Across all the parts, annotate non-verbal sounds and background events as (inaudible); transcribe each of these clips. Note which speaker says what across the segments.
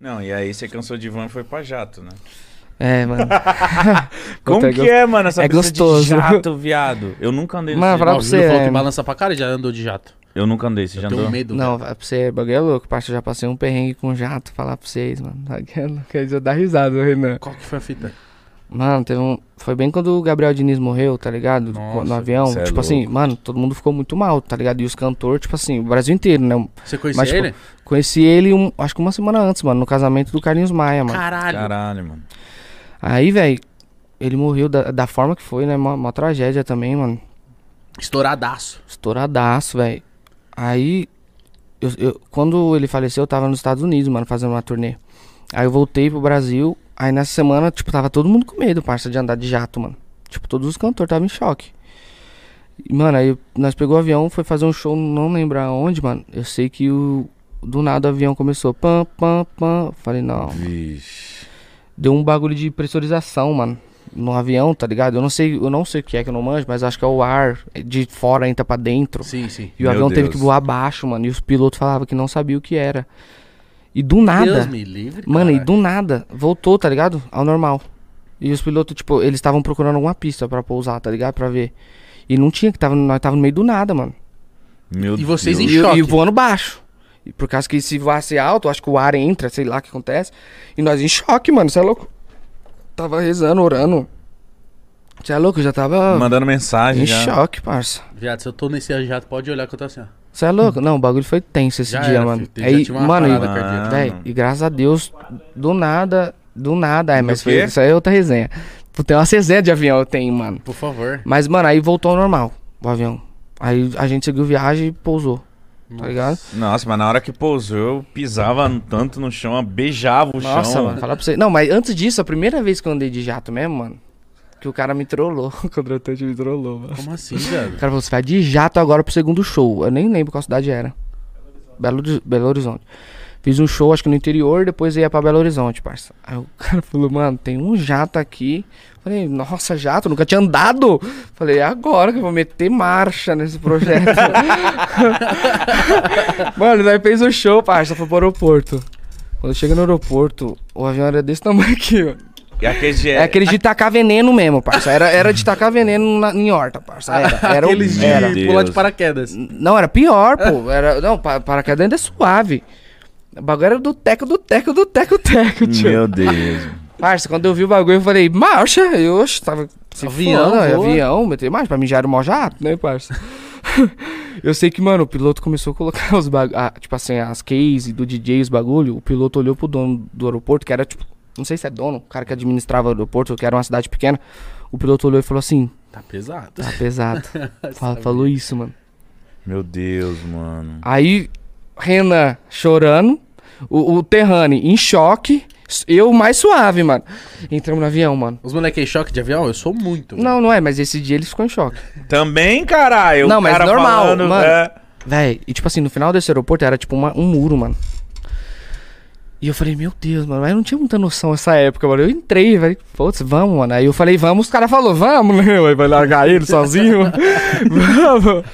Speaker 1: Não, e aí você cansou de van e foi pra jato, né? (laughs)
Speaker 2: É, mano.
Speaker 1: Como
Speaker 2: Puta, é
Speaker 1: que
Speaker 2: go-
Speaker 1: é, mano, essa
Speaker 2: é
Speaker 1: pista
Speaker 2: gostoso.
Speaker 1: de jato, viado? Eu nunca andei
Speaker 2: Mano,
Speaker 1: desse
Speaker 2: pra
Speaker 1: jeito.
Speaker 3: Não, o
Speaker 2: você,
Speaker 3: Júlio falou
Speaker 2: é.
Speaker 3: que balança pra caralho, já andou de jato.
Speaker 1: Eu nunca andei, você já
Speaker 3: Eu tenho
Speaker 1: andou?
Speaker 3: medo.
Speaker 2: Não, pra você, bagulho é louco, parça. Eu já passei um perrengue com jato, falar pra vocês, mano. (laughs) Bagulho é louco, Quer dizer, eu dar risada, Renan.
Speaker 3: Qual que foi a fita?
Speaker 2: Mano, teve um. Foi bem quando o Gabriel Diniz morreu, tá ligado?
Speaker 3: Nossa,
Speaker 2: no avião.
Speaker 1: cê é
Speaker 2: Tipo assim,
Speaker 1: louco.
Speaker 2: mano, todo mundo ficou muito mal, tá ligado? E os cantores, tipo assim, o Brasil inteiro, né?
Speaker 3: Você conhecia
Speaker 2: Mas, tipo,
Speaker 3: ele?
Speaker 2: Conheci ele, um- acho que uma semana antes, mano, no casamento do Carlinhos Maia, mano.
Speaker 3: Caralho.
Speaker 1: Caralho, mano.
Speaker 2: Aí, velho, ele morreu da, da forma que foi, né? Uma, uma tragédia também, mano.
Speaker 3: Estouradaço.
Speaker 2: Estouradaço, velho. Aí, eu- eu- quando ele faleceu, eu tava nos Estados Unidos, mano, fazendo uma turnê. Aí eu voltei pro Brasil. Aí nessa semana, tipo, tava todo mundo com medo, parça, de andar de jato, mano. Tipo, todos os cantores estavam em choque. E, mano, aí nós pegou o avião, foi fazer um show, não lembro aonde, mano. Eu sei que o. Do nada o avião começou. Pam, pam, pam. Eu Falei, não.
Speaker 1: Vixe.
Speaker 2: Deu um bagulho de pressurização, mano. No avião, tá ligado? Eu não sei, eu não sei o que é que eu não manjo, mas acho que é o ar de fora entra pra dentro.
Speaker 3: Sim, sim.
Speaker 2: E o
Speaker 1: Meu
Speaker 2: avião teve
Speaker 1: Deus.
Speaker 2: que voar abaixo, mano. E os pilotos falavam que não sabia o que era. E do nada,
Speaker 3: Deus me livre,
Speaker 2: mano, e
Speaker 3: caralho.
Speaker 2: do nada, voltou, tá ligado? Ao normal. E os pilotos, tipo, eles estavam procurando alguma pista pra pousar, tá ligado? Pra ver. E não tinha, que tava, nós tava no meio do nada, mano.
Speaker 1: Meu
Speaker 3: E vocês
Speaker 1: Deus.
Speaker 3: em
Speaker 2: E,
Speaker 3: choque.
Speaker 2: e voando baixo. E por causa que se voasse alto, acho que o ar entra, sei lá o que acontece. E nós em choque, mano, cê é louco? Tava rezando, orando. Cê é louco, eu já tava
Speaker 1: Mandando mensagem
Speaker 2: em
Speaker 1: já.
Speaker 2: choque, parça.
Speaker 3: Viado, se eu tô nesse jato, pode olhar que eu tô assim, ó.
Speaker 2: Cê é louco? Não, o bagulho foi tenso esse
Speaker 3: Já
Speaker 2: dia,
Speaker 3: era,
Speaker 2: mano.
Speaker 3: filho, já
Speaker 2: Aí,
Speaker 3: tinha uma
Speaker 2: mano, e,
Speaker 3: parada cardíaca.
Speaker 2: véi,
Speaker 1: mano.
Speaker 2: e graças a Deus, do nada, do nada. É, mas
Speaker 1: Do
Speaker 2: foi,
Speaker 1: quê?
Speaker 2: isso aí é outra resenha. Pô, Tem uma resenha de avião, eu tenho, mano.
Speaker 3: Por favor.
Speaker 2: Mas, mano, aí voltou ao normal o avião. Aí a gente seguiu viagem e pousou, tá ligado?
Speaker 1: Nossa, mas na hora que pousou, eu pisava no- tanto no chão, eu beijava o
Speaker 2: Nossa,
Speaker 1: chão.
Speaker 2: mano, falar pra você. Não, mas antes disso, a primeira vez que eu andei de jato mesmo, mano, que o cara me trollou. (laughs) O contratante me trollou, mano.
Speaker 3: Como
Speaker 2: (laughs)
Speaker 3: assim,
Speaker 2: O
Speaker 3: viado?
Speaker 2: cara falou, você vai de jato agora pro segundo show. Eu nem lembro qual cidade era. Belo, Horiz- Belo Horizonte. Fiz um show, acho que no interior, depois ia pra Belo Horizonte, parça. Aí o (laughs) cara falou, mano, tem um jato aqui. Falei, nossa, jato, nunca tinha andado. Falei, é agora que eu vou meter marcha nesse projeto. (laughs) mano, daí fez o show, parça, foi pro aeroporto. Quando chega no aeroporto, o avião era desse tamanho aqui, ó.
Speaker 1: E aquele de...
Speaker 2: É aquele de tacar veneno mesmo, parça. Era, era de tacar veneno na, em horta, parça. Era, um era o-
Speaker 3: Aqueles de
Speaker 2: era.
Speaker 1: Deus.
Speaker 3: pular de paraquedas.
Speaker 2: Não, era pior, pô. Era, não, pa- paraquedas ainda é suave. O bagulho era do teco, do teco, do teco, (laughs) teco, tio.
Speaker 1: Meu Deus.
Speaker 2: Parça, quando eu vi o bagulho, eu falei, marcha. Eu oxe, tava se
Speaker 3: Avião,
Speaker 2: foda, né,
Speaker 3: voa.
Speaker 2: avião, metei marcha. Pra mim já era o maior jato, né, parça? (laughs) eu sei que, mano, o piloto começou a colocar (laughs) os bagulhos, tipo assim, as case do DJ, os bagulho. O piloto olhou pro dono do aeroporto, que era, tipo, não sei se é dono, o cara que administrava o aeroporto, que era uma cidade pequena. O piloto olhou e falou assim,
Speaker 3: Tá pesado.
Speaker 2: tá pesado. Fala- falou isso, mano.
Speaker 1: Meu Deus, mano.
Speaker 2: Aí, Renan chorando, o, o Terrani em choque, eu mais suave, mano. Entramos no avião, mano.
Speaker 3: Os moleque em choque de avião, eu sou muito. velho.
Speaker 2: Não, não é, mas esse dia ele ficou em choque.
Speaker 1: Também, caralho. o
Speaker 2: Não, mas
Speaker 1: cara
Speaker 2: normal,
Speaker 1: falando,
Speaker 2: mano.
Speaker 1: é.
Speaker 2: Véi, e tipo assim, no final desse aeroporto era tipo uma- um muro, mano. E eu falei, meu Deus, mano, mas eu não tinha muita noção essa época, mano. Eu entrei, velho, putz, vamos, mano. Aí eu falei, vamos, os caras falaram, vamos, né? Ué, Vai largar ele sozinho?
Speaker 1: (laughs)
Speaker 2: vamos.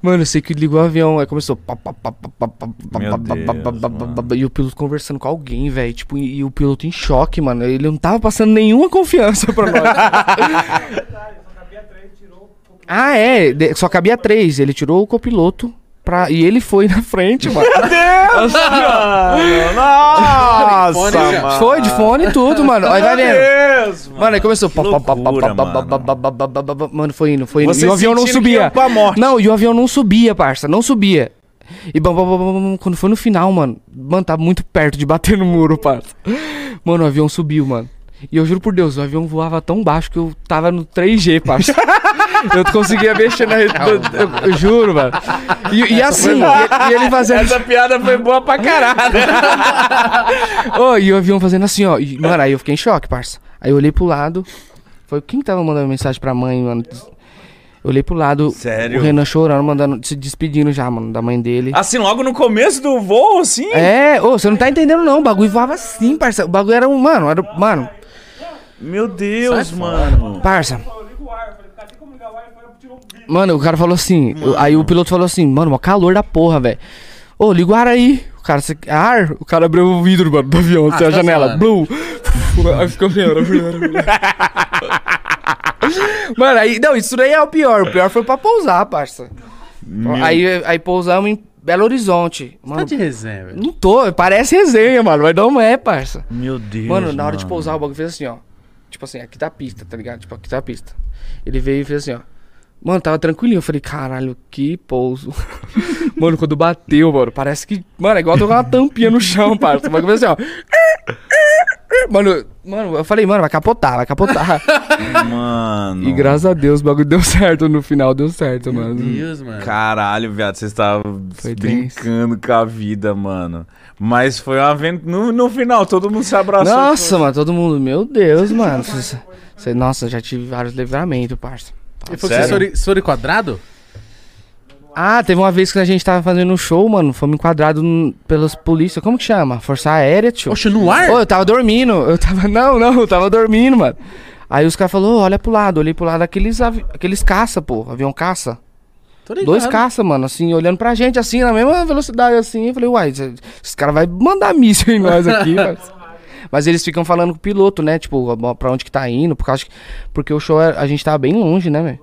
Speaker 2: Mano, eu sei que ligou o avião, aí começou. pá, pá, pá, pá, pá, pá, pá,
Speaker 1: Meu
Speaker 2: pá, pá, pá, pá,
Speaker 1: Deus,
Speaker 2: pá, pá,
Speaker 1: mano.
Speaker 2: pá, E o piloto conversando com alguém, velho. Tipo, e, e o piloto em choque, mano. Ele não tava passando nenhuma confiança pra nós. ah, é. de- só cabia três. Ele tirou o copiloto pra. E ele foi na frente, mano.
Speaker 1: Meu
Speaker 2: É
Speaker 1: Deus,
Speaker 2: assim,
Speaker 1: mano. Nossa,
Speaker 3: Fone,
Speaker 1: mano.
Speaker 2: Foi de fone e tudo, mano. Aí vai
Speaker 1: Meu
Speaker 2: vendo.
Speaker 1: Deus, mano.
Speaker 2: Mano, aí começou.
Speaker 1: Que
Speaker 2: pá, pá, pá, pá,
Speaker 1: loucura,
Speaker 2: pá, pá, pá,
Speaker 1: mano.
Speaker 2: pá, pá, pá, pá, pá. Mano, foi indo, foi indo.
Speaker 1: Você
Speaker 2: e o avião não
Speaker 1: sentindo que ia
Speaker 2: subia.
Speaker 1: pra morte.
Speaker 2: Não, e o avião não subia, parça. Não subia. E bam, bam, bam, bam, bam, quando foi no final, mano. Mano, tava muito perto de bater no muro, parça. Mano, o avião subiu, mano. E eu juro por Deus, o avião voava tão baixo que eu tava no 3G, parça. (laughs) eu conseguia mexer na. Eu, eu- eu juro, mano. E, e assim, e, e ele fazendo.
Speaker 1: Essa piada foi boa pra caralho.
Speaker 2: (laughs) Ô, e o avião fazendo assim, ó. E, mano, aí eu fiquei em choque, parça. Aí eu olhei pro lado. Foi quem tava mandando mensagem pra mãe, mano? Eu olhei pro lado.
Speaker 1: Sério?
Speaker 2: O Renan chorando, mandando, se despedindo já, mano, da mãe dele.
Speaker 1: (laughs) Assim, logo no começo do voo, assim?
Speaker 2: É, ô, você não tá entendendo, não. O bagulho voava assim, parça. O bagulho era um. Mano, era. um- Mano,
Speaker 1: Meu Deus, mano.
Speaker 2: parça. Mano, o cara falou assim. o- Aí o piloto falou assim, mano, mó calor da porra, velho. Ô, liga o ar aí. O Cara, você... ar, o cara abriu o vidro, mano, do avião,
Speaker 3: Ah,
Speaker 2: assim, a
Speaker 3: tá
Speaker 2: janela.
Speaker 3: zoando.
Speaker 2: Blue. (laughs) aí ficou melhor, melhor, melhor. (laughs) Mano, aí. Não, isso daí é o pior. O pior foi pra pousar, parça.
Speaker 1: Meu-
Speaker 2: Aí, aí pousamos em Belo Horizonte.
Speaker 3: Tá
Speaker 2: Mano,
Speaker 3: de resenha, velho.
Speaker 2: não tô, parece resenha, mano, mas não é, parça.
Speaker 1: Meu Deus.
Speaker 2: Mano, na hora de
Speaker 1: mano.
Speaker 2: pousar, o bagulho fez assim, ó. Tipo assim, aqui tá a pista, tá ligado? Tipo, aqui tá a pista. Ele veio e fez assim, ó. Mano, tava tranquilinho. Eu falei, caralho, que pouso. (laughs) mano, quando bateu, mano, parece que. Mano, é igual tocar uma tampinha no chão, (laughs) parça. O bagulho fez assim, ó. Mano, eu- mano, eu falei, mano, vai capotar, vai capotar.
Speaker 1: Mano.
Speaker 2: e graças a Deus o bagulho deu certo no final, deu certo, mano.
Speaker 3: Meu Deus, mano.
Speaker 1: Caralho, viado, vocês estavam
Speaker 2: Foi
Speaker 1: brincando com a vida, mano. Mas foi uma aventura. No, no final, todo mundo se abraçou.
Speaker 2: Nossa, mano, todo mundo, meu Deus, mano. Cê- cê- nossa, já tive vários livramentos, parça.
Speaker 3: E foi que você
Speaker 1: Sério?
Speaker 3: sori- sori quadrado?
Speaker 2: Ah, teve uma vez que a gente tava fazendo um show, mano. Fomos enquadrados n- pelas polícias. Como que chama? Força Aérea, tio.
Speaker 3: Oxe, no ar?
Speaker 2: Ô, eu tava dormindo. Eu tava. (laughs) Não, não, eu tava dormindo, mano. Aí os caras falaram, olha pro lado, olhei pro lado aqueles, avi... aqueles caça, pô, avião caça.
Speaker 3: Tô ligado.
Speaker 2: Dois caça, mano, assim, olhando pra gente, assim, na mesma velocidade, assim. Eu falei, uai, cê- esses caras vão mandar míssil em nós aqui, mano. Mas eles ficam falando com o piloto, né? Tipo, ó, pra onde que tá indo, por causa que... Porque o show, era- a gente tava bem longe, né, velho?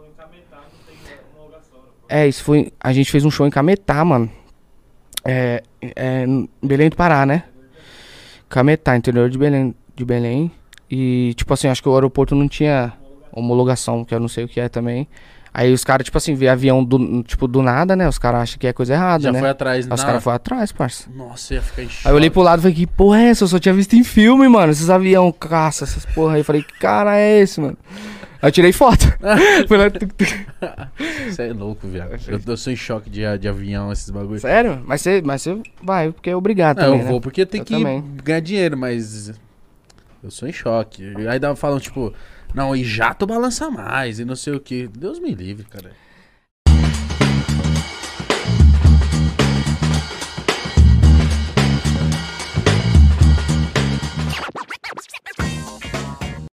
Speaker 2: É, isso foi... A gente fez um show em Cametá, mano. É... é em Belém do Pará, né? Cametá, interior de Belém, de Belém. E, tipo assim, acho que o aeroporto não tinha homologação, que eu não sei o que é também. Aí os caras, tipo assim, vê avião do, tipo, do nada, né? Os caras acham que é coisa errada,
Speaker 3: Já
Speaker 2: né?
Speaker 3: foi atrás.
Speaker 2: Aí os
Speaker 3: na-
Speaker 2: caras foram atrás, parça.
Speaker 3: Nossa, eu ia ficar em choque.
Speaker 2: Aí eu olhei pro lado e falei, que porra é essa? Eu só tinha visto em filme, mano. Esses avião caça, essas porra aí. Eu falei, que cara é esse, mano? Aí eu tirei
Speaker 3: (laughs)
Speaker 2: foto. Fui lá, tuc, tuc.
Speaker 3: Você é louco, viado. Eu, eu sou em choque de, de avião, esses bagulhos.
Speaker 2: Sério? Mas você, mas você vai, porque é obrigado
Speaker 3: Não,
Speaker 2: também,
Speaker 3: eu
Speaker 2: né?
Speaker 3: vou porque eu tenho
Speaker 2: Eu
Speaker 3: que
Speaker 2: também.
Speaker 3: ganhar dinheiro, mas eu sou em choque. Aí dá, falam, tipo, não, e jato balança mais, e não sei o que. Deus me livre, cara.